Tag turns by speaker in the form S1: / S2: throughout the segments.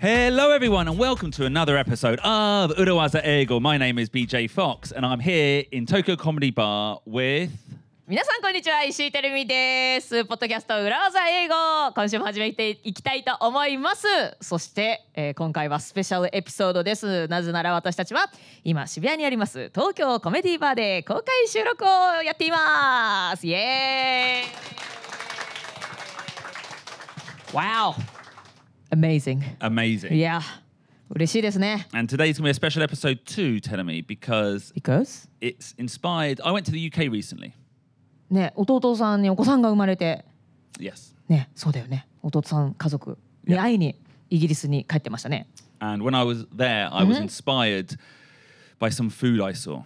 S1: Hello, everyone, and welcome to another episode of Urawaza Ego. My name is BJ Fox, and I'm here in Tokyo Comedy Bar with.
S2: 皆さんこんにちは石井てるみですポッドキャスト裏技英語今週も始めていきたいと思いますそして、えー今回はスペシャルエピソードですなぜなら私たちは今渋谷にあります東京コメディバーで公開収録をやっていますイエーイ Wow Amazing
S1: Amazing.
S2: いや嬉しいですね
S1: And today's going to be a special episode too, telling me, because
S2: Because?
S1: it's inspired. I went to the UK recently.
S2: ね弟さんにお子さんが生まれて
S1: Yes.
S2: ねそうだよね弟さん家族に会いにイギリスに帰ってましたね
S1: And when I was there, I
S2: Mm-hmm.
S1: was inspired by some food I saw.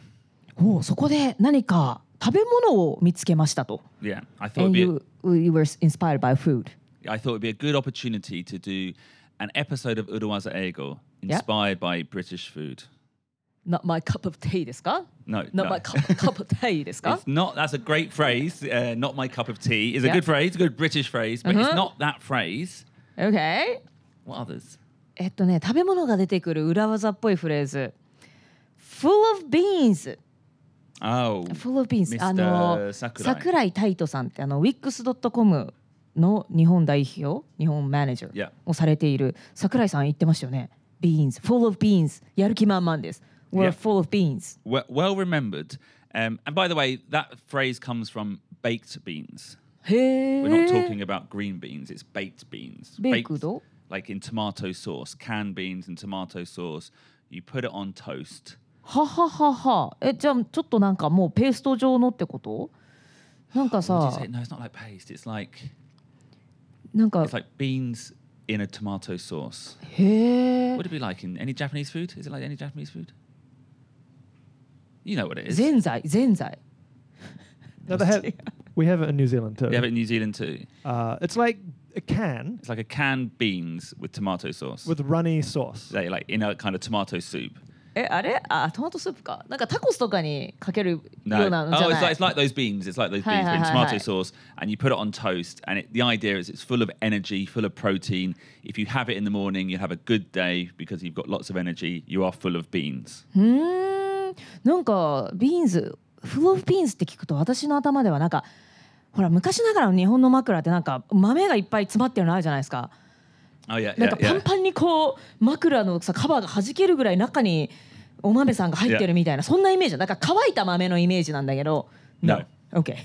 S2: おおそこで何か食べ物を見つけましたと
S1: Yeah, I thought it'd
S2: And
S1: be a-
S2: you, you were inspired by food
S1: I thought it'd be a good opportunity to do an episode of Urawaza Ego
S2: Yeah.
S1: inspired by British food.
S2: Not my cup of tea ですか
S1: No,
S2: Not
S1: no.
S2: my cup, cup of tea ですか
S1: It's not. That's a great phrase. Uh, not my cup of tea is a
S2: Yeah.
S1: good phrase, a good British phrase, but it's not that phrase.
S2: ?OK
S1: What others?
S2: えっとね食べ物が出てくる裏技っぽいフレーズ Full of beans
S1: Oh,
S2: Full of beans
S1: Mr.
S2: あの
S1: 桜井
S2: 桜井太斗さんってあの Wix.com の日本代表日本マネージャ
S1: Yeah.
S2: ーをされている桜井さん言ってましたよね Beans Full of beans やる気満々です We're
S1: Yeah.
S2: full of beans
S1: well, well remembered. Um, and by the way, that phrase comes from baked beans.
S2: へえ
S1: We're not talking about green beans. It's baked beans.
S2: ベイクド
S1: like in tomato sauce, canned beans and tomato sauce. You put it on toast.
S2: ははははえじゃあちょっとなんかもうペースト状のってことなんか
S1: What
S2: さ
S1: is it? No, it's not like paste. It's like
S2: なんか
S1: it's like beans in a tomato sauce.
S2: へえ
S1: What would it be like in any Japanese food? Is it like any Japanese food? You know what it is.
S2: ぜんざいぜんざい
S3: No, they have, we have it in New Zealand too.
S1: They have it in New Zealand too.
S3: Uh, it's like a can
S1: It's like a canned beans with tomato sauce.
S3: with runny sauce.
S1: they like in a kind of tomato soup.
S2: えあれあトマトスープかなんかタコスとかにかけるよう
S1: No.
S2: なのじゃ
S1: Oh, it's
S2: な
S1: like,
S2: い
S1: it's like those beans. It's like those
S2: Hi,
S1: beans
S2: hi,
S1: with
S2: hi,
S1: tomato
S2: hi.
S1: sauce, and you put it on toast. And it, the idea is it's full of energy, full of protein. If you have it in the morning, you have a good day because you've got lots of energy. You are full of beans.
S2: うーんなんかビーンズフロービーンズって聞くと私の頭ではなんかほら昔ながらの日本の枕ってなんか豆がいっぱい詰まってるのあるじゃないですか。
S1: Oh yeah,
S2: なん
S1: yeah,
S2: かパ
S1: yeah.
S2: ンパンにこう枕のさカバーが弾けるぐらい中にお豆さんが入ってるみたいなそんなイメージなんか乾いた豆のイメージなんだけど
S1: No.
S2: OK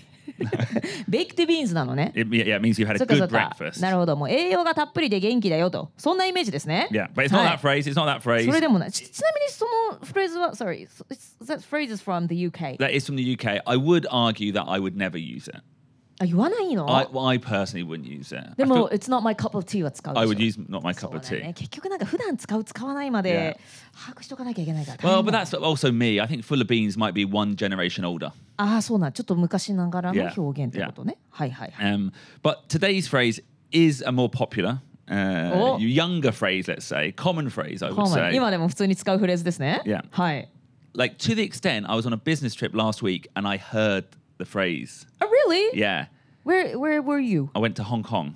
S2: ベイクトビーンズなのね
S1: It, yeah, yeah, it means you had
S2: そ
S1: a
S2: っかそっ
S1: good
S2: か
S1: breakfast.
S2: なるほどもう栄養がたっぷりで元気だよとそんなイメージですね
S1: Yeah, but it's not
S2: はい
S1: that phrase. It's not that phrase.
S2: それでもないちちなみにそのフレーズは sorry so it's- that phrase is from the UK
S1: That is from the UK. I would argue that I would never use it.
S2: あ言わないの
S1: I, well, I personally wouldn't use it.
S2: で
S1: I, feel-
S2: も It's not my cup of tea は使うでしょ
S1: I would use not my cup
S2: そう
S1: of
S2: だよ
S1: tea.
S2: ね結局なんか普段使う使わないまで把握しとかなきゃいけないから大
S1: Well,
S2: 変
S1: but
S2: だ
S1: that's also me. I think full of beans might be one generation older.
S2: ああそうなんちょっと昔ながらの
S1: Yeah.
S2: 表現ってことね。はいはいはい。
S1: Um, but today's phrase is a more popular, uh,
S2: Oh.
S1: younger phrase, let's say, common phrase, I would
S2: コーマン
S1: say.
S2: 今でも普通に使うフレーズですね。
S1: Yeah.
S2: はい。
S1: Like to the extent I was on a business trip last week and I heard the phrase.
S2: あ、really?
S1: Yeah,
S2: Where where were you?
S1: I went to Hong Kong.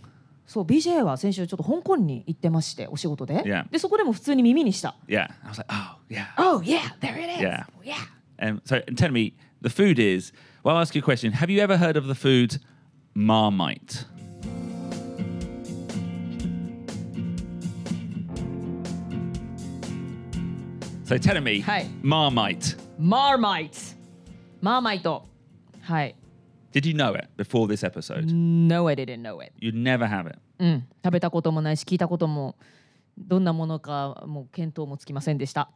S2: そう BJ は先週ちょっと香港に行ってましてお仕事で。
S1: Yeah.
S2: でそこでも普通に耳にした。
S1: Yeah, I was like, oh yeah.
S2: Oh yeah, there it is.
S1: Yeah.
S2: yeah.
S1: Um, so and tell me, the food is. Well, I'll ask you a question. Have you ever heard of the food Marmite? So tell me,
S2: Hi.
S1: Marmite.
S2: Marmite. マーマイト。はい。
S1: Did you know it before this episode?
S2: Mm. No, I didn't know it.
S1: You'd never have it.
S2: うん。食べたこともないし聞いたこともどんなものかもう見当もつきませんでした。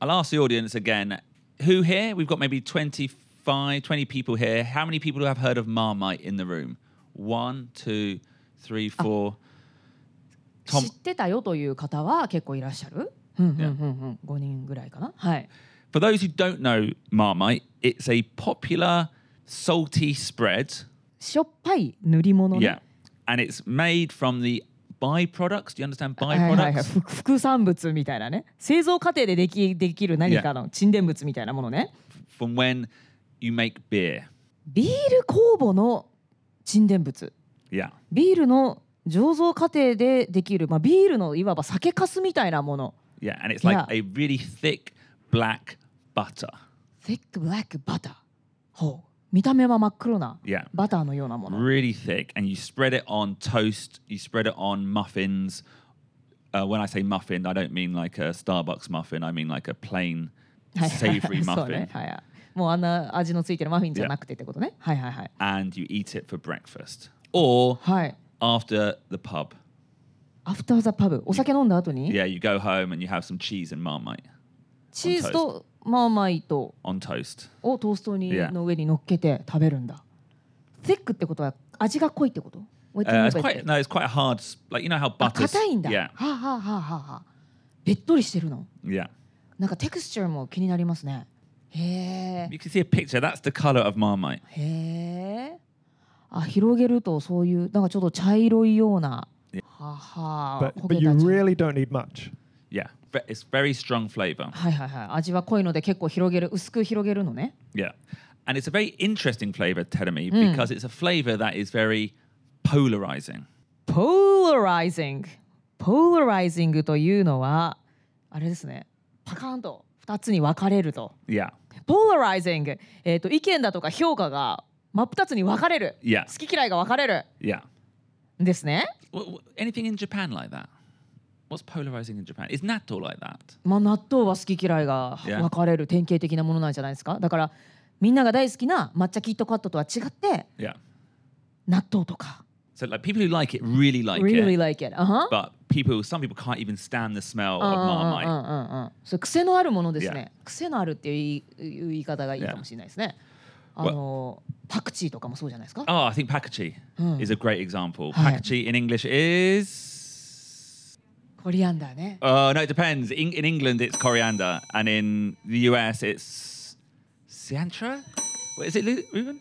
S1: I'll ask the audience again. Who here? We've got maybe 25, 20 people here. How many people have heard of Marmite in the room? One, two, three, four.
S2: 知ってたよという方は結構いらっしゃる。うんうんうんうん、5人ぐらいかな。はい。
S1: For those who don't know Marmite, it's a popular salty spread.
S2: しょっぱい塗り物ね。
S1: Yeah. And it's made from the byproducts. Do you understand
S2: はいはいはい
S1: byproducts?
S2: ふ副産物みたいなね製造過程でできできる何かの沈殿物みたいなものね
S1: From when you make beer.
S2: ビール酵母の沈殿物
S1: Yeah.
S2: ビールの醸造過程でできる、まあ、ビールのいわば酒粕みたいなもの
S1: Yeah, and it's like
S2: Yeah.
S1: a really thick black butter.
S2: thick black butter ほう見た目は真っ黒な
S1: Yeah.
S2: バターのようなもの
S1: Really thick, and you spread it on toast. You spread it on muffins. Uh, when I say muffin, I don't mean like a Starbucks muffin. I mean like a plain,
S2: はい
S1: savoury
S2: そうね
S1: muffin,
S2: はいはいもうあんな味のついてるマフィンじゃなくてってことね、はいはいはい
S1: and you eat it for breakfast or
S2: はい
S1: after the pub.
S2: アフターザパブお酒飲んだ後に
S1: Yeah, you go home and you have some cheese and marmite
S2: チーズとマーマイト
S1: on toast.
S2: をトーストに
S1: Yeah.
S2: の上に乗っけて食べるんだ。テックってことは味が濃いってこと What do you
S1: Uh,
S2: mean
S1: it's
S2: by
S1: quite
S2: thick?
S1: no, it's quite a hard. s- Like you know how
S2: あ
S1: butter.
S2: 硬いんだ。
S1: Yeah,
S2: はあ、はあはあはあはあ、べっとりしてるの。
S1: yeah.
S2: なんかテクスチャーも気になりますね。へえ。
S1: You can see a picture. That's the color of marmite.
S2: へえ。あ広げるとそういうなんかちょっと茶色いような。はあはあ。
S3: But,
S2: 焦
S3: but
S2: げ
S3: you
S2: た茶
S3: really don't need much.
S1: Yeah, Ve- it's very strong flavor.
S2: はいはいはい。味は濃いので結構広げる薄く広げるのね。
S1: Yeah, and it's a very interesting flavor, terame, because it's a flavor that is very polarizing.
S2: polarizing polarizing というのはあれですねパカーンと2つに分かれると
S1: Yeah,
S2: polarizing えっ、と意見だとか評価が真っ二つに分かれる
S1: Yeah.
S2: 好き嫌いが分かれる
S1: yeah.
S2: んですね
S1: W- w- anything in Japan like that? What's polarizing in Japan? Is natto like that?
S2: まあ納豆は好き嫌いが
S1: Yeah.
S2: 分かれる典型的なものなんじゃないですかだからみんなが大好きな抹茶キットカットとは違って
S1: Yeah.
S2: 納豆とか
S1: So like people who like it really like
S2: really
S1: it,
S2: like it あは
S1: but people, some people can't even stand the smell
S2: うん
S1: of
S2: うんうん
S1: marmite.
S2: うんうんうんそれ癖のあるものですね。癖のあるっていう言い言い方がいいかもしれないですね。あ
S1: Yeah.
S2: のパクチーとかもそうじゃないですか。
S1: Oh, I think pakachi
S2: Mm.
S1: is a great example.
S2: Hi.
S1: Pakachi in English is.
S2: コリアンダーね。
S1: Oh, no, it depends. In, in England, it's coriander, and in the US, it's ciantra. Wait, is it Lu- Ruben?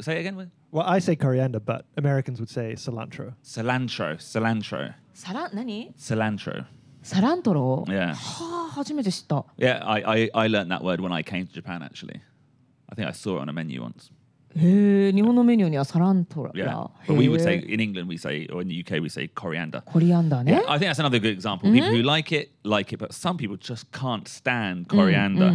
S1: Say it again.
S3: Well, I say coriander, but Americans would say cilantro.
S1: Cilantro, cilantro,
S2: サラン何？
S1: cilantro.
S2: サラントロ？
S1: Yeah,
S2: はあ初めて知った。
S1: yeah. I, I, I learned that word when I came to Japan. Actually, I think I saw it on a menu once.
S2: へえ日本のメニューにはサラントラ。
S1: Yeah, but we would
S2: へ
S1: say
S2: え
S1: in England we say, or in the UK we say coriander.
S2: コリアンダーね。
S1: I think that's another good example. People who like it, like it, but some people just can't
S2: Mm.
S1: stand coriander.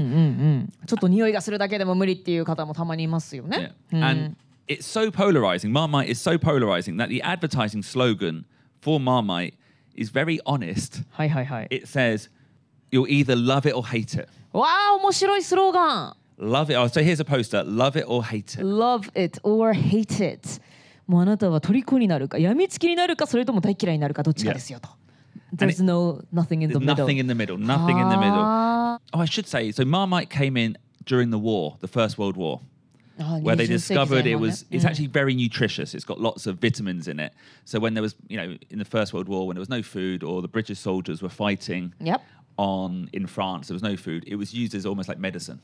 S2: ちょっと匂いがするだけでも無理っていう方もたまにいますよ
S1: Yeah.
S2: ね。
S1: And it's so polarizing. Marmite is so polarizing that the advertising slogan for Marmite is very honest.
S2: はいはいはい。
S1: It says, you'll either love it or hate it.
S2: わあ面白いスローガン。
S1: Love it. Oh, so here's a poster love it or hate it.
S2: Love it or hate it もうあなたは虜になるかやみつきになるかそれとも大嫌いになるかどっちかですよと
S1: And
S2: There's no nothing in the
S1: There's
S2: middle Ah.
S1: nothing in the middle. Nothing in the middle.
S2: あ
S1: Oh, I should say so Marmite came in during the war, the First World War.
S2: ーあー
S1: where they
S2: 20世紀前
S1: discovered
S2: 半
S1: it
S2: ね
S1: was it's actually very nutritious. It's got lots of vitamins in it. So when there was you know in the First World War when there was no food or the British soldiers were fighting
S2: Yep.
S1: on in France there was no food. It was used as almost like medicine.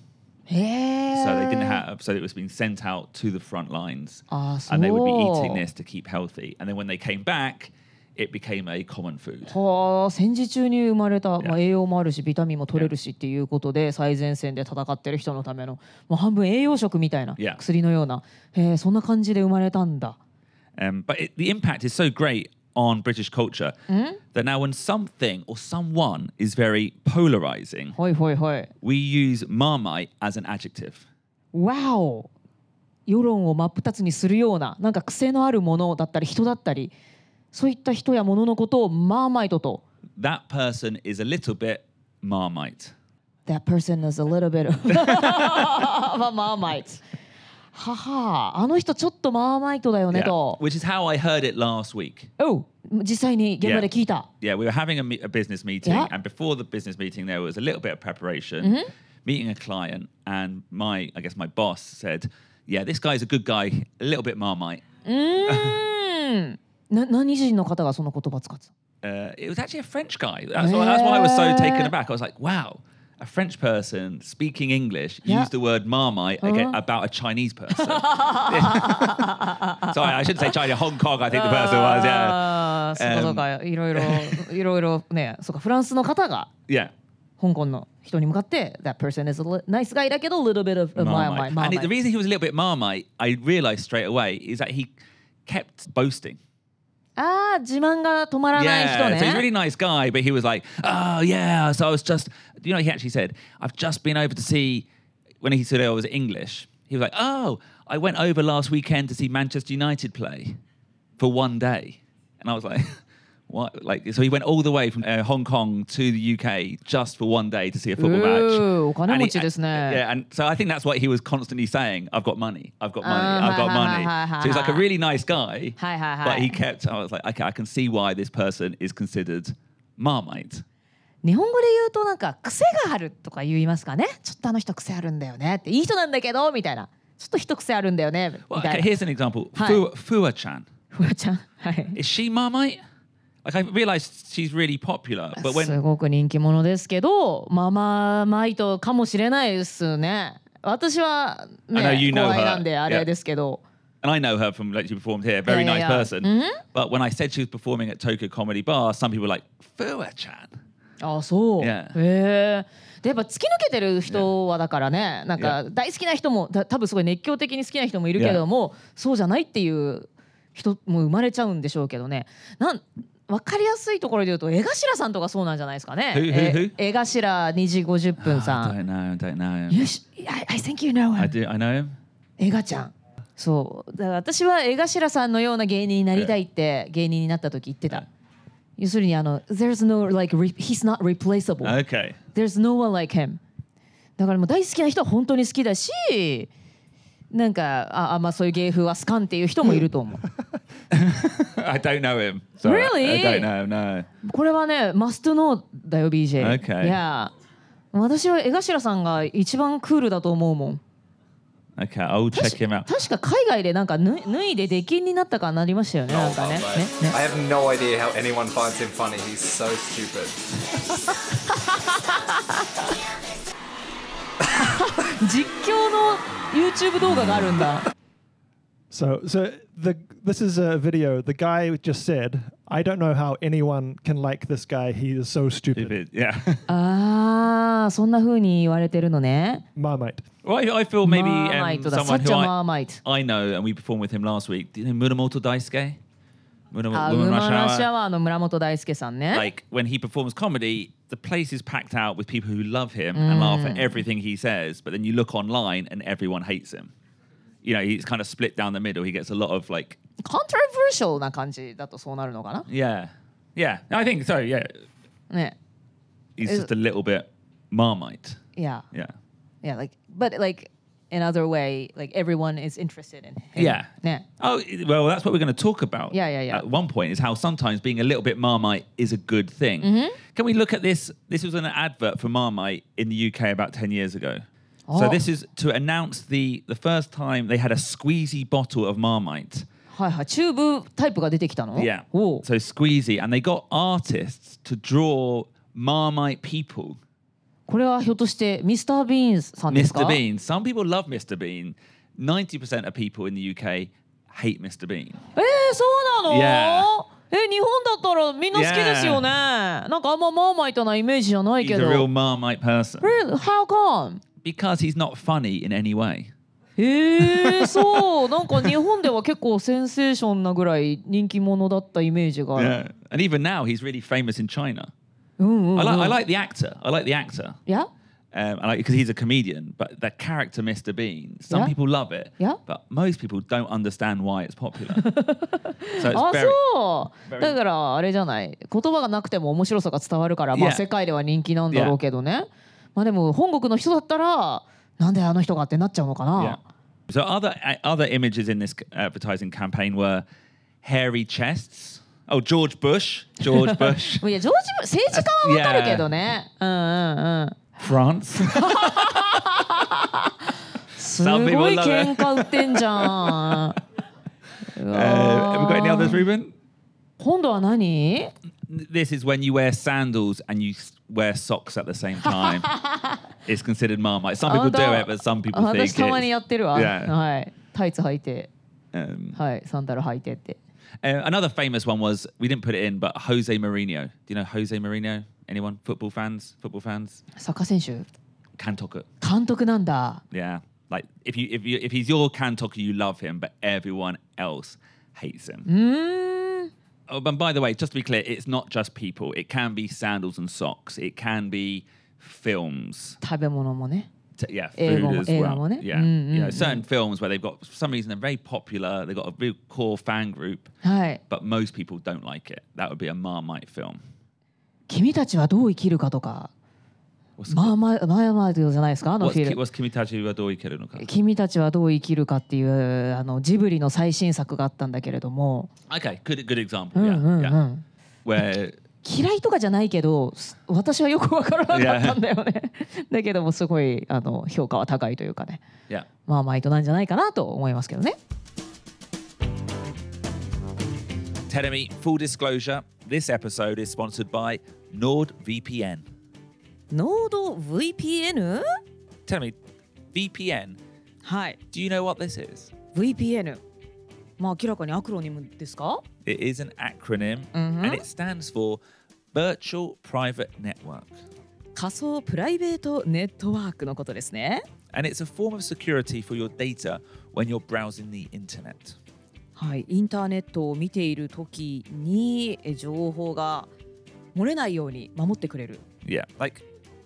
S2: へえ
S1: So they didn't have so it was being sent out to the front lines.
S2: Ah,
S1: and they would be
S2: so.
S1: eating this to keep healthy. And then when they came back, it became a common food.
S2: はあ戦時中に生まれた、まあ、
S1: Yeah.
S2: 栄養もあるしビタミンも取れるしっていうことで最前線で戦ってる人のためのもう半分栄養食みたいな
S1: Yeah.
S2: 薬のようなへーそんな感じで生まれたんだ
S1: Um, but it, the impact is so great on British culture that now when something or someone is very polarizing,
S2: ほいほいほい
S1: we use marmite as an adjective.
S2: わお世論を真っ二つにするようななんか癖のあるものだったり人だったりそういった人やもののことをマーマイトと
S1: That person is a little bit marmite.
S2: That person is a little bit of まあマーマイトははあの人ちょっとマーマイトだよね
S1: Yeah.
S2: と、
S1: Which is how I heard it last week.
S2: おう実際に現場で聞いた、
S1: Yeah, we were having a, me- a business meeting,
S2: Yeah.
S1: and before the business meeting, there was a little bit of preparation, meeting a client, and my, I guess my boss said, "Yeah, this guy's a good guy, a little bit marmite."
S2: うんな何人の方がその言葉使ってた
S1: Uh, it was actually a French guy. That's, why, that's why I was so taken
S2: Yeah.
S1: aback. I was like, "Wow." A French person speaking English
S2: Yeah.
S1: used the word marmite aga- about a Chinese person. Sorry, I shouldn't say China, Hong Kong, I think the person was. Yeah.
S2: ああそうかそうかいろいろいろいろねそうかフランスの方が
S1: Yeah.
S2: 香港の人に向かって、That person is a li- nice guy だけど、little bit of a
S1: Marmite.
S2: my, my,
S1: And it- the reason he was a little bit marmite, I realized straight away, is that he kept boasting.
S2: ああ自慢が止まらない人
S1: Yeah, so he's a
S2: ね
S1: really nice eh? guy, but he was like, oh yeah. So I was just, you know, he actually said, I've just been over to see when he said I was English. He was like, oh, I went over last weekend to see Manchester United play for one day, and I was like, what? Like, so he went all the way from uh, Hong Kong to the UK just for one day to see a football
S2: Ooh,
S1: match.
S2: お金
S1: And he-
S2: 持ちですね
S1: yeah, and so I think that's what he was constantly saying. I've got money. I've got money.
S2: Ah,
S1: I've got
S2: ha, ha, ha, ha,
S1: money. So he's like a
S2: ha.
S1: really nice guy.
S2: Hi, hi, hi.
S1: But he kept. I was like, okay, I can see why this person is considered marmite.
S2: 日本語で言うとなんか癖があるとか言いますかねちょっとあの人癖あるんだよねっていい人なんだけどみたいなちょっと一癖あるんだよね
S1: Well,
S2: みた
S1: okay,
S2: いな
S1: here's an example.
S2: Hi.
S1: Fua, Fua Chan.
S2: フワちゃんはい
S1: Is she marmite? Like I realised she's really popular, but
S2: す
S1: when
S2: ごく人気者ですけどマママイトかもしれないですね私は
S1: I know
S2: ね
S1: you
S2: 後
S1: know
S2: 輩
S1: her.
S2: なんであ
S1: Yeah.
S2: れですけど、
S1: and I know her from like she performed here, very
S2: Yeah, yeah,
S1: nice
S2: yeah. Mm-hmm.
S1: person. But when I said she was performing at Tokyo Comedy Bar, some people were like Fua Chan.
S2: あそう。
S1: Yeah.
S2: へえ。でやっぱ突き抜けてる人はだからね、なんか大好きな人もた多分すごい熱狂的に好きな人もいるけれども、そうじゃないっていう人も生まれちゃうんでしょうけどね。なんわかりやすいところで言うと江頭さんとかそうなんじゃないですかね。
S1: Who- who- who？
S2: え江頭2時50分
S1: Oh,
S2: さ
S1: I don't
S2: ん。
S1: know. I don't know.
S2: You sh- I, I think you know
S1: I
S2: him.
S1: do. I know him.
S2: 江頭ちゃん。そう。だから私は江頭さんのような芸人になりたいって芸人になった時言ってた。要するにあの There's no like re- he's not replaceable。
S1: Okay.
S2: There's no one like him だからもう大好きな人は本当に好きだしなんかああまあそういう芸風は好かんっていう人もいると思
S1: I don't know him. Sorry. I
S2: Really?
S1: don't know. No.
S2: うこれはねマストノーだよ BJ
S1: Okay.
S2: いや私は江頭さんが一番クールだと思うもん
S1: Okay, I'll check
S2: 確
S1: him
S2: か
S1: out.
S2: 確か海外でなんか脱い脱いで出禁になったかなりましたよねなんかねね
S4: I have no idea how anyone finds him funny. He's so stupid.
S2: ね実況の YouTube 動画がある んだ
S3: So, so the this is a video. The guy just said, "I don't know how anyone can like this guy. He is so
S1: If
S3: stupid."
S1: it- yeah.
S2: あーそんな風に言われてるのね
S3: Marmite.
S1: well, I, I feel maybe
S2: マーマイ
S1: um,
S2: トだサ
S1: someone
S2: ッ
S1: who
S2: チャ
S1: I,
S2: マーマイト
S1: I know, and we performed with him last week. Do you know Munamoto Daisuke? Munamo-
S2: あ、ウ
S1: Munamoto
S2: ーマンラッシュ
S1: Shower.
S2: アワーの村本大輔さんね。
S1: Like when he performs comedy, the place is packed out with people who love him and laugh at everything he says. But then you look online, and everyone hates him. You know, he's kind of split down the middle. He gets a lot of like,
S2: コントラブルシャルな感じだとそうなるのかな。
S1: yeah, yeah. I think so. Yeah,
S2: ね。
S1: he's
S2: Is-
S1: just a little bit marmite.
S2: いや、
S1: Yeah,
S2: いや、like, but like in other way, like everyone is interested in. him.
S1: yeah.
S2: ね。
S1: Oh, i- well, that's what we're going to talk about.
S2: Yeah, yeah, yeah.
S1: At one point is how sometimes being a little bit Marmite is a good thing.
S2: Mm-hmm.
S1: Can we look at this? This was an advert for Marmite in the UK about 10 years ago. So
S2: Oh.
S1: this is to announce the the first time they had a squeezy bottle of Marmite.
S2: はいはい、チューブタイプが出てきたの。
S1: Yeah.
S2: おう
S1: So squeezy and they got artists to draw Marmite people.
S2: これはひょっとしてミスタービーンさんですか。
S1: Mr. Bean. Some people love Mr. Bean. 90% of people in the UK hate Mr. Bean.
S2: えー、そうなの。
S1: Yeah.
S2: え、日本だったらみんな好きですよね。なんかあんまマーマイトなイメージじゃないけ
S1: He's
S2: ど。
S1: a real Marmite person
S2: Really? How come?
S1: because he's not funny in any way.
S2: へえそう なんか日本では結構センセーションなぐらい人気者だったイメージがある、
S1: Yeah. And even now, he's really famous in China.
S2: うんうん
S1: I, like I like the actor. I like the actor.
S2: いや
S1: Um, I like because he's a comedian, but the character Mr. Bean, some
S2: Yeah.
S1: people love it,
S2: Yeah.
S1: but most people don't understand why it's popular. so it's
S2: あ
S1: very,
S2: そう
S1: very-
S2: だからあれじゃない言葉がなくても面白さが伝わるからまあ
S1: Yeah.
S2: 世界では人気なんだろうけどねまあでも本国の人だったらなんであの人がってなっちゃうのか
S1: yeah.
S2: な
S1: So other uh, other images in this advertising campaign were hairy chests. Oh, George Bush, George Bush,
S2: いやジョージブ政治家はわかるけどねうんうんうん
S1: France. Uh,
S2: すご
S1: Some people
S2: い
S1: love it.
S2: 喧嘩売ってんじゃ ん
S1: uh,
S2: う
S1: have we got
S2: わ
S1: any
S2: ー
S1: others, Ruben?
S2: 今度は何
S1: This is when you wear sandals and you s- wear socks at the same time. it's considered marmite. Some people do
S2: あ本
S1: it,
S2: 当
S1: but some people
S2: あ
S1: think
S2: 私
S1: it's,
S2: たまにやってるわ。
S1: Yeah.
S2: はい。タイツ履いて、
S1: um,
S2: はい、サンダル履いてって。
S1: uh, another famous one was we didn't put it in, but Jose Mourinho. Do you know Jose Mourinho? Anyone? Football fans? Football fans?
S2: サッカー選手、
S1: Kantoku.
S2: 監督なんだ。
S1: Yeah. Like if you if you if he's your Kantoku, you love him, but everyone else hates him.
S2: うーん。
S1: Oh, but by the way, just to be clear, it's not just people. It can be sandals and socks. It can be films.
S2: 食べ物もね。
S1: T- yeah,
S2: Ew,
S1: food
S2: mama-
S1: as
S2: ew,
S1: well.
S2: mama, ne?
S1: Yeah,
S2: Mm,
S1: you know,
S2: mm,
S1: certain films where they've got for some reason they're very popular. They've got a real core fan group,
S2: はい。
S1: but most people don't like it. That would be a Marmite film.
S2: 君たちはどう生きるかとか、
S1: What's
S2: まあまあまあまあじゃないですかあの
S1: what's,
S2: フィル
S1: ki-
S2: ム。
S1: what's Kimitachi wa Doi Keru no Ka?
S2: 君たちはどう生きるかっていうあのジブリの最新作があったんだけれども、
S1: Okay, good good example.
S2: うんう
S1: Yeah,
S2: んうん。
S1: yeah. Where
S2: 嫌いとかじゃないけどす私はよくわからなかったんだよねだけどもすごいあの評価は高いというかね
S1: yeah.
S2: まあマイトなんじゃないかなと思いますけどね
S1: Teremi, full disclosure, this episode is sponsored by NordVPN.
S2: ノード VPN?
S1: Teremi, VPN,
S2: はい
S1: do you know what this is?
S2: VPN まあ明らかにアクロニムですか
S1: It is an acronym
S2: Mhm.
S1: and it stands for Virtual Private Network.
S2: 仮想プライベートネットワークのことですね
S1: And it's a form of security for your data when you're browsing the internet.
S2: はいインターネットを見ている時にえ情報が漏れないように守ってくれる
S1: Yeah, like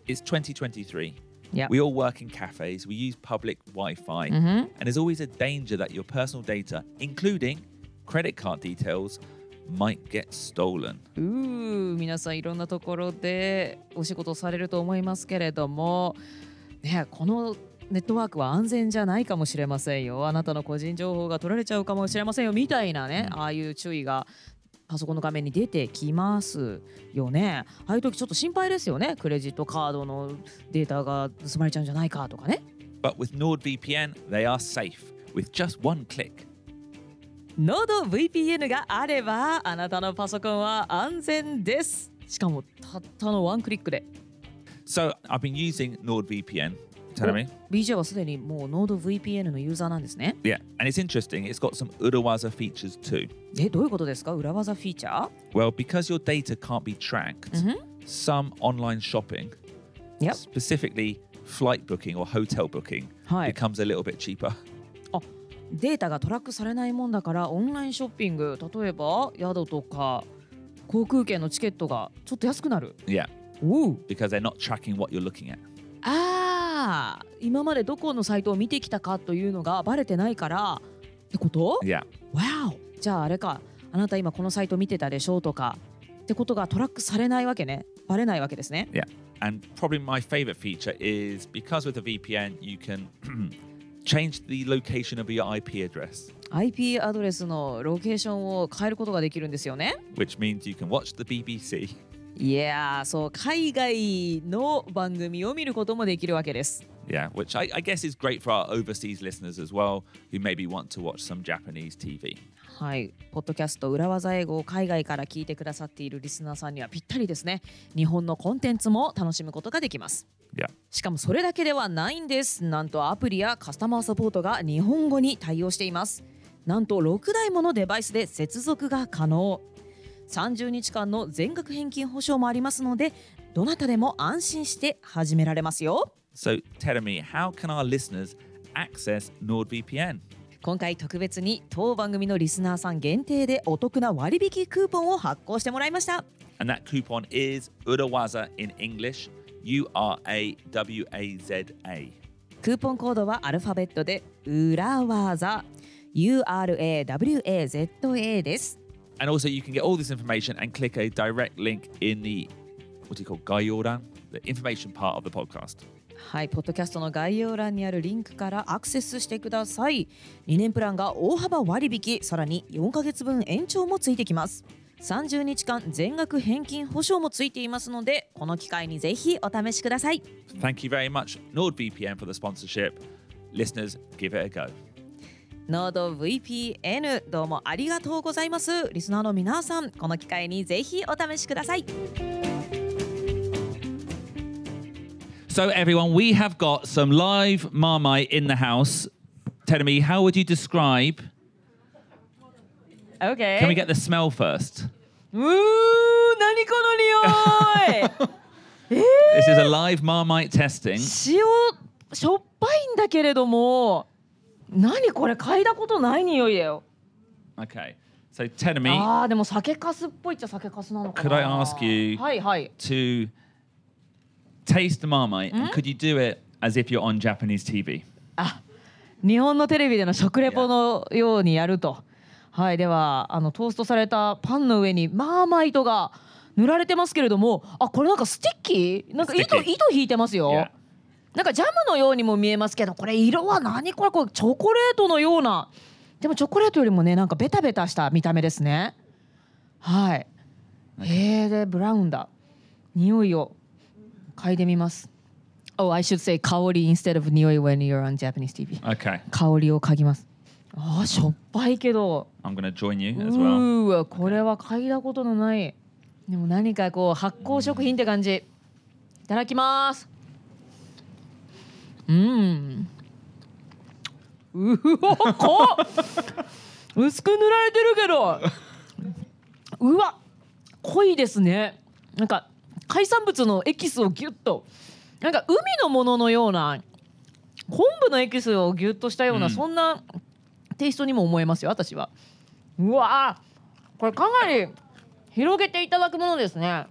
S1: it's 2023.
S2: Yeah.
S1: We all work in cafes, we use public Wi Fi, and there's always a danger that your personal data, including credit card details, might get stolen.
S2: うー皆さんいろんなところでお仕事をされると思いますけれども、ね、このネットワークは安全じゃないかもしれませんよあなたの個人情報が取られちゃうかもしれませんよみたいなね、ああいう注意がパソコンの画面に出てきますよねああいう時ちょっと心配ですよねクレジットカードのデータが盗まれちゃうんじゃないかとかね
S1: But with NordVPN, they are safe with just one click.
S2: ノード VPN があればあなたのパソコンは安全ですしかもたったのワンクリックで
S1: So I've been using NordVPN. Tell me.
S2: BJ はすでにもうノード VPN のユーザーなんですね。
S1: Yeah, and it's interesting. It's got some Urawaza features too.
S2: え、どういうことですか裏技フィーチャー
S1: Well, because your data can't be tracked, some online shopping,
S2: Mm-hmm. Yep.
S1: specifically flight booking or hotel booking,
S2: Hi.
S1: becomes a little bit cheaper.
S2: あ、データがトラックされないもんだからオンラインショッピング、例えば宿とか航空券のチケットがちょっと安くなる。
S1: Yeah,
S2: おう
S1: because they're not tracking what you're looking at.
S2: ああ、今までどこのサイトを見てきたかというのがバレてないからってこと
S1: Yeah.
S2: わおじゃああれか、あなた今このサイト見てたでしょとかってことがトラックされないわけね。バレないわけですね。
S1: Yeah. And probably my favorite feature is because with a VPN, you can change the location of your IP address,
S2: IP アドレスのロケーションを変えることができるんですよね。
S1: which means you can watch the BBC.
S2: いやーそう海外の番組を見ることもできるわけです。
S1: Yeah, which I, I guess is great for our overseas listeners as well, who maybe want to watch some Japanese TV.
S2: はい、ポッドキャスト裏技英語を海外から聞いてくださっているリスナーさんにはぴったりですね。日本のコンテンツも楽しむことができます。
S1: Yeah.
S2: しかもそれだけではないんです。なんとアプリやカスタマーサポートが日本語に対応しています。なんと6台ものデバイスで接続が可能。30日間の全額返金保証もありますので、どなたでも安心して始められますよ。
S1: So, Teremi, how can our listeners access NordVPN?
S2: 今回特別に当番組のリスナーさん限定でお得な割引クーポンを発行してもらいました
S1: And that coupon is Urawaza in English, U R A W A Z A.
S2: クーポンコードはアルファベットで裏技 URAWAZA です。
S1: And also, you can get all this information and click a direct link in the, what do you call, Gayoran? The information part of the podcast.
S2: はい、ポッドキャストの概要欄にあるリンクからアクセスしてください。2年プランが大幅割引、さらに4ヶ月分延長もついてきます。30日間全額返金保証もついていますので、この機会にぜひお試しください。
S1: Thank you very much, NordVPN, for the sponsorship. Listeners, give it a go.
S2: ノード VPN どうもありがとうございますリスナーの皆さんこの機会にぜひお試しください
S1: So, everyone, we have got some live Marmite in the house. Teremi, how would you describe?
S2: OK
S1: Can we get the smell first?
S2: うー何この 匂い
S1: This is a live Marmite testing.
S2: 塩しょっぱいんだけれども何これ嗅いだことない匂いだよ
S1: Okay. So Tenami.
S2: ああでも酒粕っぽいっちゃ酒粕なのかな
S1: Could I ask you-
S2: はいはい。
S1: to taste the marmite and could you do it as if you're on Japanese TV?
S2: あ日本のテレビでの食レポのようにやると。はいではあのトーストされたパンの上にマーマイトが塗られてますけれどもあこれなんかスティッキーなんか糸
S1: スティッキー
S2: 糸引いてますよ。
S1: Yeah.
S2: なんかジャムのようにも見えますけどこれ色は何これこれチョコレートのようなでもチョコレートよりもねなんかベタベタした見た目ですねはいへえでブラウンだ匂いを嗅いでみます Oh I should say 香り instead of 匂い when you're on Japanese TV
S1: Okay.
S2: 香りを嗅ぎますあーしょっぱいけど
S1: I'm going to join you
S2: う
S1: as well.
S2: ーわこれは嗅いだことのないでも何かこう発酵食品って感じいただきますうんうおこっ薄く塗られてるけどうわ濃いですねなんか海産物のエキスをギュッとなんか海のもののような昆布のエキスをギュッとしたような、
S1: うん
S2: そんなテイストにも思えますよ私はうわーこれかなり広げていただくものですね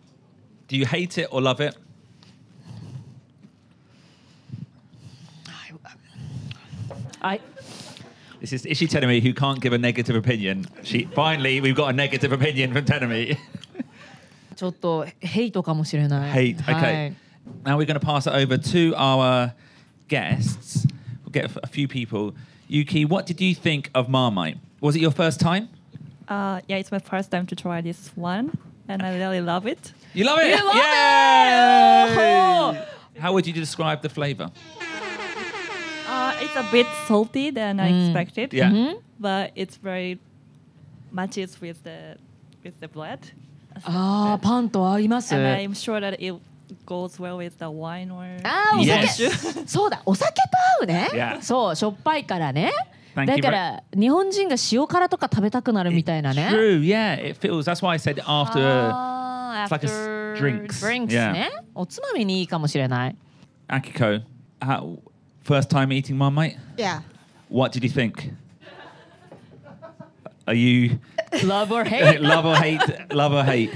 S1: Do you hate it or love it?
S2: I,
S1: This is Ishi Tenami who can't give a negative opinion. She finally we've got a negative opinion from Tenami.
S2: ちょっとヘイトかもしれない
S1: Hate.
S2: は
S1: Okay.
S2: い
S1: Now we're going to pass it over to our guests. We'll get a few people. Yuki, what did you think of Marmite? Was it your first time?
S5: Uh, yeah, it's my first time to try this one, and I really love it.
S1: You love it. Oh!
S2: You love
S1: Yay! How would you describe the flavor?
S5: Uh, it's a bit salty than I expected.
S1: Yeah.
S5: but it's very matches with the with the bread,
S2: ああパンと合います
S5: and I'm sure that it goes well with the wine or.
S2: あーお
S1: Yes.
S2: 酒そうだお酒と合うね
S1: Yeah.
S2: そうしょっぱいからね
S1: Thank
S2: だ
S1: you
S2: から日本人が塩辛とか食べたくなるみたいなね
S1: True, yeah. It feels. That's why I said after.
S2: あ
S1: It's
S2: ー
S1: like a s-
S2: after
S1: drinks.
S2: drinks
S1: Yeah.
S2: ねおつまみにいいかもしれない
S1: Akiko, how, first time eating Marmite.
S6: Yeah.
S1: What did you think? Are you
S2: Love or hate
S1: love or hate? Love or hate?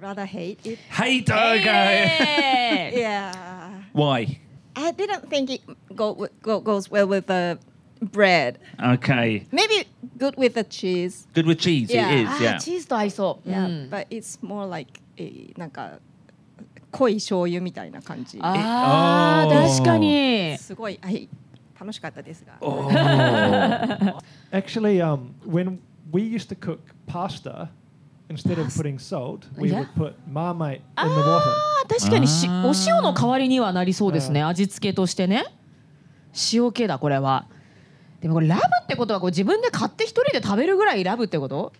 S6: Rather hate it.
S1: Hate. Okay.
S2: Hey!
S6: Yeah.
S1: Why?
S6: I didn't think it go, wi- go goes well with the bread.
S1: Okay.
S6: Maybe good with the cheese.
S1: Good with cheese.
S6: Yeah.
S1: It is.
S2: あー
S1: Yeah.
S2: チーズと合いそう、う
S6: Yeah.
S2: ん
S6: But it's more like a なんか濃い醤油みたいな感じ。
S2: Ah. あ
S1: えあ
S2: ー
S1: ー
S2: 確かに
S6: すごいはい楽しかったですが。
S2: Oh.
S3: Actually, um, when we used to cook pasta, instead of putting salt, we
S2: Yeah. Ah!
S3: would put marmite
S2: あ
S3: in the water.
S2: ー確かにし
S1: あー
S2: お塩の代わりにはなりそうですね味付けとしてね塩気だこれはでもこれラブってことはこう自分で買って一人で食べるぐらいラブってこと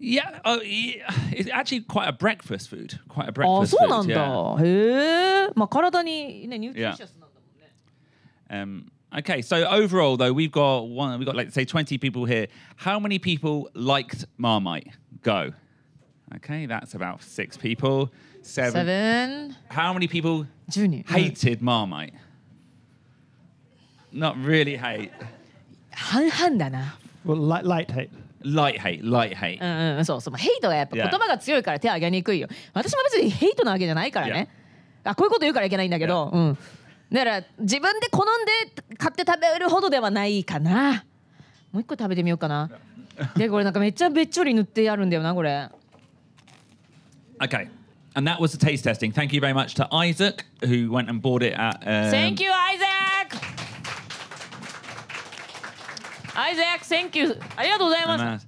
S1: Yeah. Oh, yeah. It's actually quite a breakfast food. Quite a
S2: ああ
S1: breakfast
S2: そう
S1: food.
S2: なんだ
S1: yeah.
S2: へえまあ体にねニュートリシャスなんだもんね
S1: Um, okay, so overall though, we've got one, we've got like say twenty people here. How many people liked Marmite? Go. Okay, that's about six people. Seven.
S2: セブン
S1: How many people
S2: 10人
S1: hated Marmite? Not really hate.
S2: 半々だな
S3: Well, light, light hate.
S1: Light hate. Light hate.
S2: うんうんそうそうヘイトはやっぱ
S1: Yeah.
S2: 言葉が強いから手を挙げにくいよ私も別にヘイトなわけじゃないからね、あこういうこと言うからいけないんだけど、うんだから自分で好んで買って食べるほどではないかなもう一個食べてみようかなでこれなんかめっちゃべっちょり塗ってあるんだよなこれ
S1: Okay. And that was the taste testing. Thank you very much to Isaac, who went and bought it at. Um,
S2: Thank you Isaac! Isaac, thank you! ありがとうございます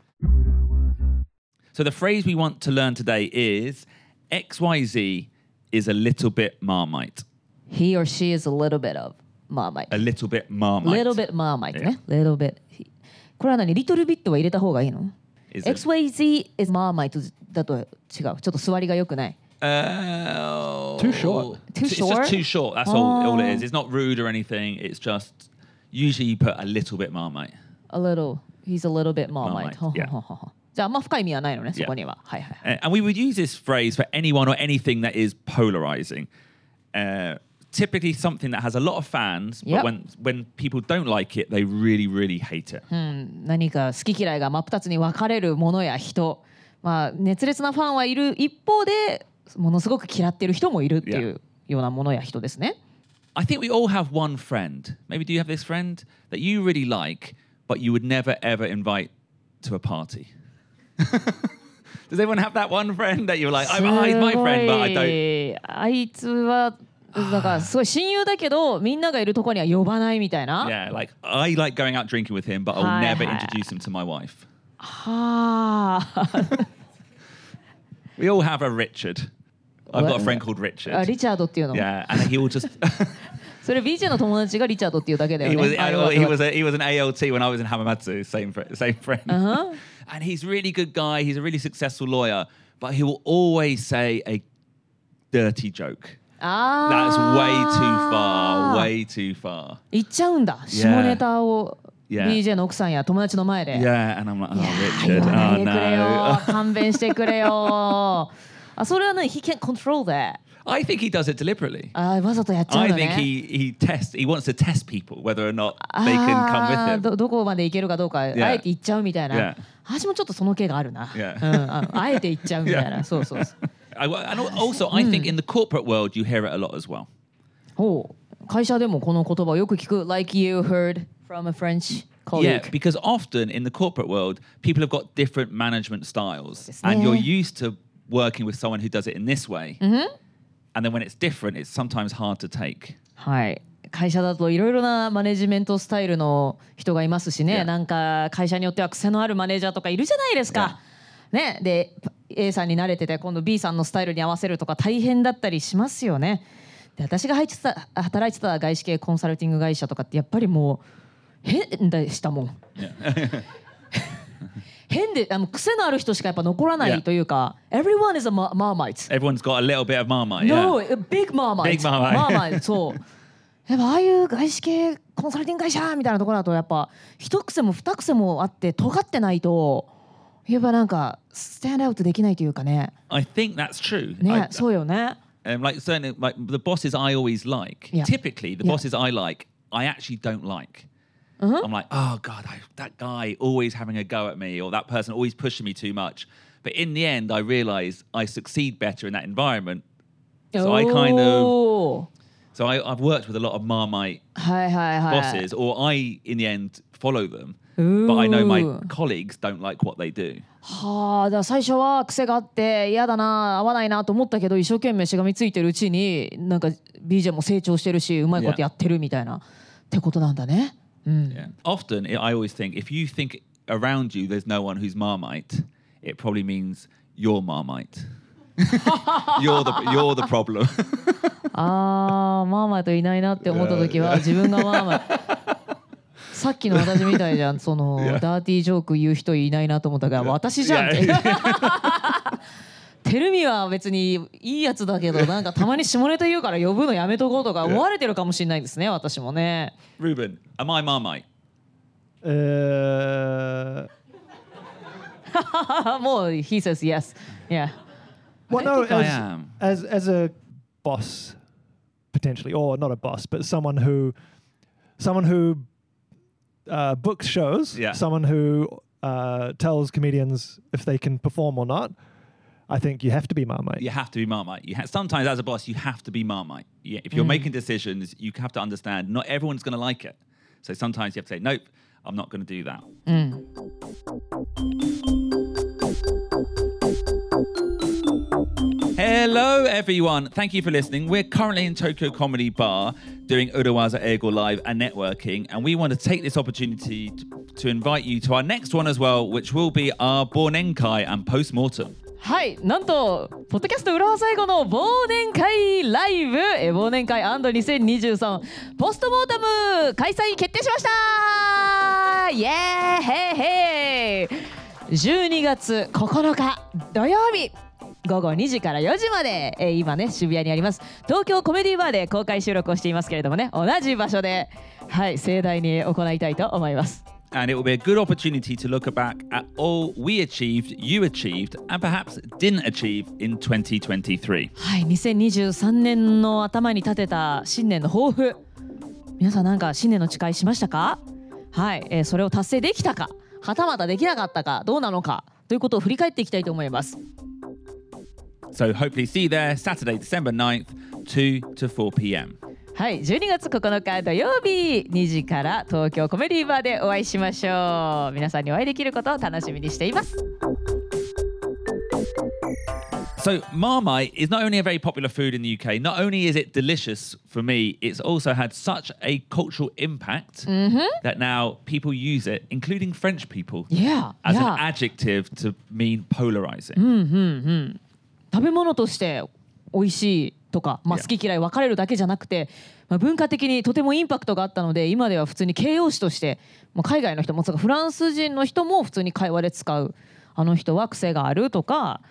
S1: So the phrase we want to learn today is XYZ is a little bit marmite.
S2: He or she is a little bit of marmite
S1: A little bit marmite.
S2: little bit marmite ね。little bit. これは何リトルビットは入れた方がいいの
S1: Is it?
S2: ?XYZ is marmite だと違う。ちょっと座りが良くない。
S1: Oh.
S3: Too short.
S2: Too
S1: it's
S2: short? Ah.
S1: just too short. That's all, all it is. It's not rude or anything. It's just usually you put a little bit marmite.
S2: A little. He's a little bit marmite.
S1: Marmite,
S2: ほほほほほじゃああんま深い意味はないのね、そ
S1: Yeah.
S2: こには。はいはいはい。
S1: Uh, and we would use this phrase for anyone or anything that is polarizing. Uh, typically something that has a lot of fans,
S2: Yep.
S1: but when when people don't like it, they really really hate it.
S2: うん、何か好き嫌いが真っ二つに分かれるものや人、まあ、熱烈なファンはいる一方でものすごく嫌ってる人もいるっていうようなものや人ですね。
S1: I think we all have one friend. Maybe do you have this friend that you really like, but you would never ever invite to a party? Does everyone have that one friend that you're like, I'm, ah, he's my
S2: すご
S1: friend, but I don't?
S2: いあいつはだからすごい親友だけどみんながいるとこには呼ばないみたいな。
S1: Yeah, like I like going out drinking with him, but I'll
S2: Hi,
S1: never
S2: hi.
S1: introduce him to my wife.
S2: は あ
S1: We all have a Richard. I've got a
S2: What? Oh,
S1: friend called Richard.
S2: あ。リチャードっていうの。
S1: yeah, and he will just.
S2: それ BJ の友達がリチャードっていうだけだよ
S1: he was
S2: ね。あ
S1: he was a, he was an ALT when I was in Hamamatsu. Same fr- same friend.
S2: Uh-huh.
S1: And he's a really good guy. He's a really successful lawyer, but he will always say a dirty joke.
S2: あー
S1: That's way too far.
S2: Ah.
S1: Way too far.
S2: 行っちゃうんだ。下ネタを
S1: Yeah.
S2: BJ の奥さんや友達の前で。
S1: Yeah, and I'm like, oh,
S2: いや
S1: Richard,
S2: 言わな
S1: oh
S2: いでくれよ。
S1: no.
S2: 勘弁してくれよ。あそれはね、he can't control that。
S1: I think he does it deliberately.
S2: あわざとやっちゃう
S1: I
S2: の
S1: think
S2: ね。
S1: he he tests. He wants to test people whether or not they can come
S2: あ
S1: with
S2: ー
S1: him.
S2: どどこまで行けるかどうか、
S1: Yeah.
S2: あえて行っちゃうみたいな。
S1: Yeah.
S2: 私もちょっとその気があるな。
S1: Yeah.
S2: うんあのあえて行っちゃうみたいな。
S1: Yeah.
S2: そうそうそう。
S1: I, and also, I think in the corporate world, you hear it a lot as well.
S2: ほう会社でもこの言葉をよく聞く。Like you heard from a French colleague.
S1: Yeah, because often in the corporate world, people have got different management styles,
S2: Yes.
S1: and
S2: Yeah. Mm-hmm.
S1: you're used to working with someone who does it in this way. And then when it's different, it's sometimes hard to take.
S2: はい会社だといろいろなマネジメントスタイルの人がいますしね、
S1: Yeah.
S2: なんか会社によっては癖のあるマネージャーとかいるじゃないですか。ね、で A さんに慣れてて今度 B さんのスタイルに合わせるとか大変だったりしますよね。で私が入ってた働いてた外資系コンサルティング会社とかってやっぱりもう変でしたもん。 変であの癖のある人しかやっぱ残らな
S1: Yeah.
S2: いというか、everyone is a ma- marmite。
S1: Everyone's got a little bit of marmite.
S2: No,
S1: yeah.
S2: a big marmite.
S1: Big marmite.
S2: マーマイ トそう。やっぱああいう外資系コンサルティング会社みたいなところだとやっぱ一癖も二癖もあって尖ってないとやっぱなんかスタンドアウトできないというかね。
S1: I think that's true.
S2: ね、
S1: I,
S2: そうよね。
S1: um, like certainly, like the bosses I always like.
S2: Yeah.
S1: Typically, the
S2: Yeah. Uh-huh.
S1: bosses I like, I actually don't like. I'm like, oh god, I, that guy always having a go at me, or that person always pushing me too much. But in the end, I realize I succeed better in that environment. So I kind of
S2: おー
S1: So I, I've worked with a lot of Marmite
S2: はいはいはい。
S1: bosses, or I, in the end, follow them. But I know my
S2: Ooh.
S1: colleagues don't like what they do.
S2: はあ、だから最初は癖があって嫌だな合わないなと思ったけど一生懸命しがみついてるうちになんか BJ も成長してるしうまいことやってるみたいなってことなんだね。うん。
S1: Yeah. Often, I always think if you think around you there's no one who's Marmite, it probably means you're Marmite. you're the you're the problem.
S2: あーマーマイといないなって思った時は自分がマー マイさっきの私みたいじゃんそのダーティージョーク言う人いないなと思ったから私じゃんってテルミは別にいいやつだけど なんかたまに下ネタ言うから呼ぶのやめとこうとか思われてるかもしれないですね私もね
S1: Ruben, am I Marmite?
S3: Uh,
S2: あもう he says yes yeah
S1: don't
S3: well, no,
S1: think I
S3: as-
S1: am.
S3: as as a boss, potentially, or not a boss, but someone who, someone who uh, books shows,
S1: Yeah.
S3: someone who uh, tells comedians if they can perform or not. I think you have to be Marmite.
S1: You have to be Marmite. You ha- sometimes, as a boss, you have to be Marmite. Yeah, if you're making decisions, you have to understand not everyone's going to like it. So sometimes you have to say, nope, I'm not going to do that. うん。Hello, everyone. Thank you for listening. We're currently in Tokyo Comedy Bar doing Urawaza Ego Live and networking, and we want to take this opportunity to, to invite you to our next one as well, which will be our Bornenkai and Postmortem.
S2: はい、なんと、ポッドキャスト裏は最後の忘年会ライブ、えー忘年会 &2023 ポストモータム開催決定しましたイエーイヘイヘイ !12 月9日土曜日午後2時から4時まで、えー今ね渋谷にあります東京コメディバーで公開収録をしていますけれどもね同じ場所ではい盛大に行いたいと思います。
S1: and it will be a good opportunity to look back at all we achieved, you achieved, and perhaps didn't achieve in 2023.
S2: はい、2023年の頭に立てた新年の抱負皆さんなんか新年の誓いしましたかはい、えーそれを達成できたかはたまたできなかったかどうなのかということを振り返っていきたいと思います。
S1: So hopefully see you there Saturday, December 9th, 2 to 4 p.m.
S2: はい、12月9日土曜日2時から東京コメディバーでお会いしましょう。皆さんにお会いできることを楽しみにしています。
S1: So Marmite is not only a very popular food in the UK, not only is it delicious for me, it's also had such a cultural impact that now people use it, including French people,
S2: Yeah,
S1: as an
S2: yeah.
S1: adjective to mean polarizing.
S2: 食べ物として美味しいとか、まあ、
S1: Yeah.
S2: 好き嫌い分かれるだけじゃなくて、まあ、文化的にとてもインパクトがあったので今では普通に形容詞として、まあ、海外の人もつうかフランス人の人も普通に会話で使うあの人は癖があるとか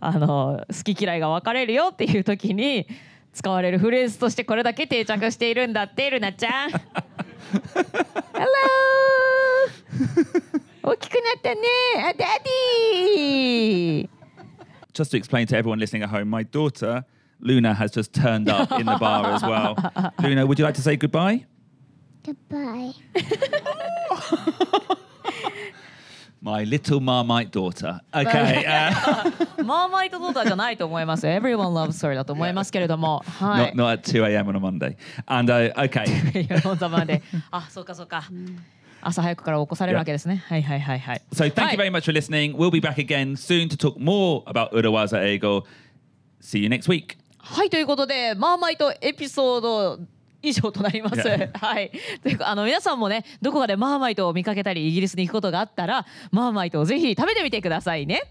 S2: あの好き嫌いが分かれるよっていう時に使われるフレーズとしてこれだけ定着しているんだってルナちゃん。Hello! 大きくなったねあダディ
S1: Just to explain to everyone listening at home, my daughter Luna has just turned up in the bar as well. Luna, would you like to say goodbye?
S7: Goodbye.
S1: My little Marmite daughter. Okay. uh,
S2: マーマイトドーターじゃないと思います。Everyone loves her だと思いますけれども、はい
S1: not,。not at 2 a.m. on a Monday. And uh, okay.
S2: いや本様で、あ、そうかそうか。朝早くから起こされるわけですね。はいはいはいはい。
S1: So thank
S2: はい
S1: you very much for listening. We'll be back again soon to talk more about Urawaza Ego. See you next week.
S2: はいということでマーマイトエピソード以上となります。
S1: Yeah.
S2: はい。というかあの皆さんもねどこかでマーマイトを見かけたりイギリスに行くことがあったらマーマイトをぜひ食べてみてくださいね。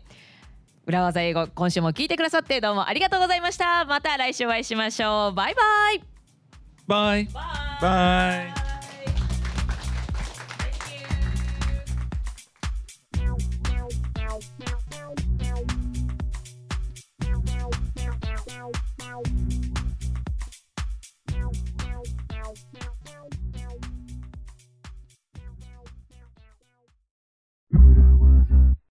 S2: 裏技英語今週も聞いてくださってどうもありがとうございました。また来週お会いしましょう。バイバイ。
S1: Bye. Bye.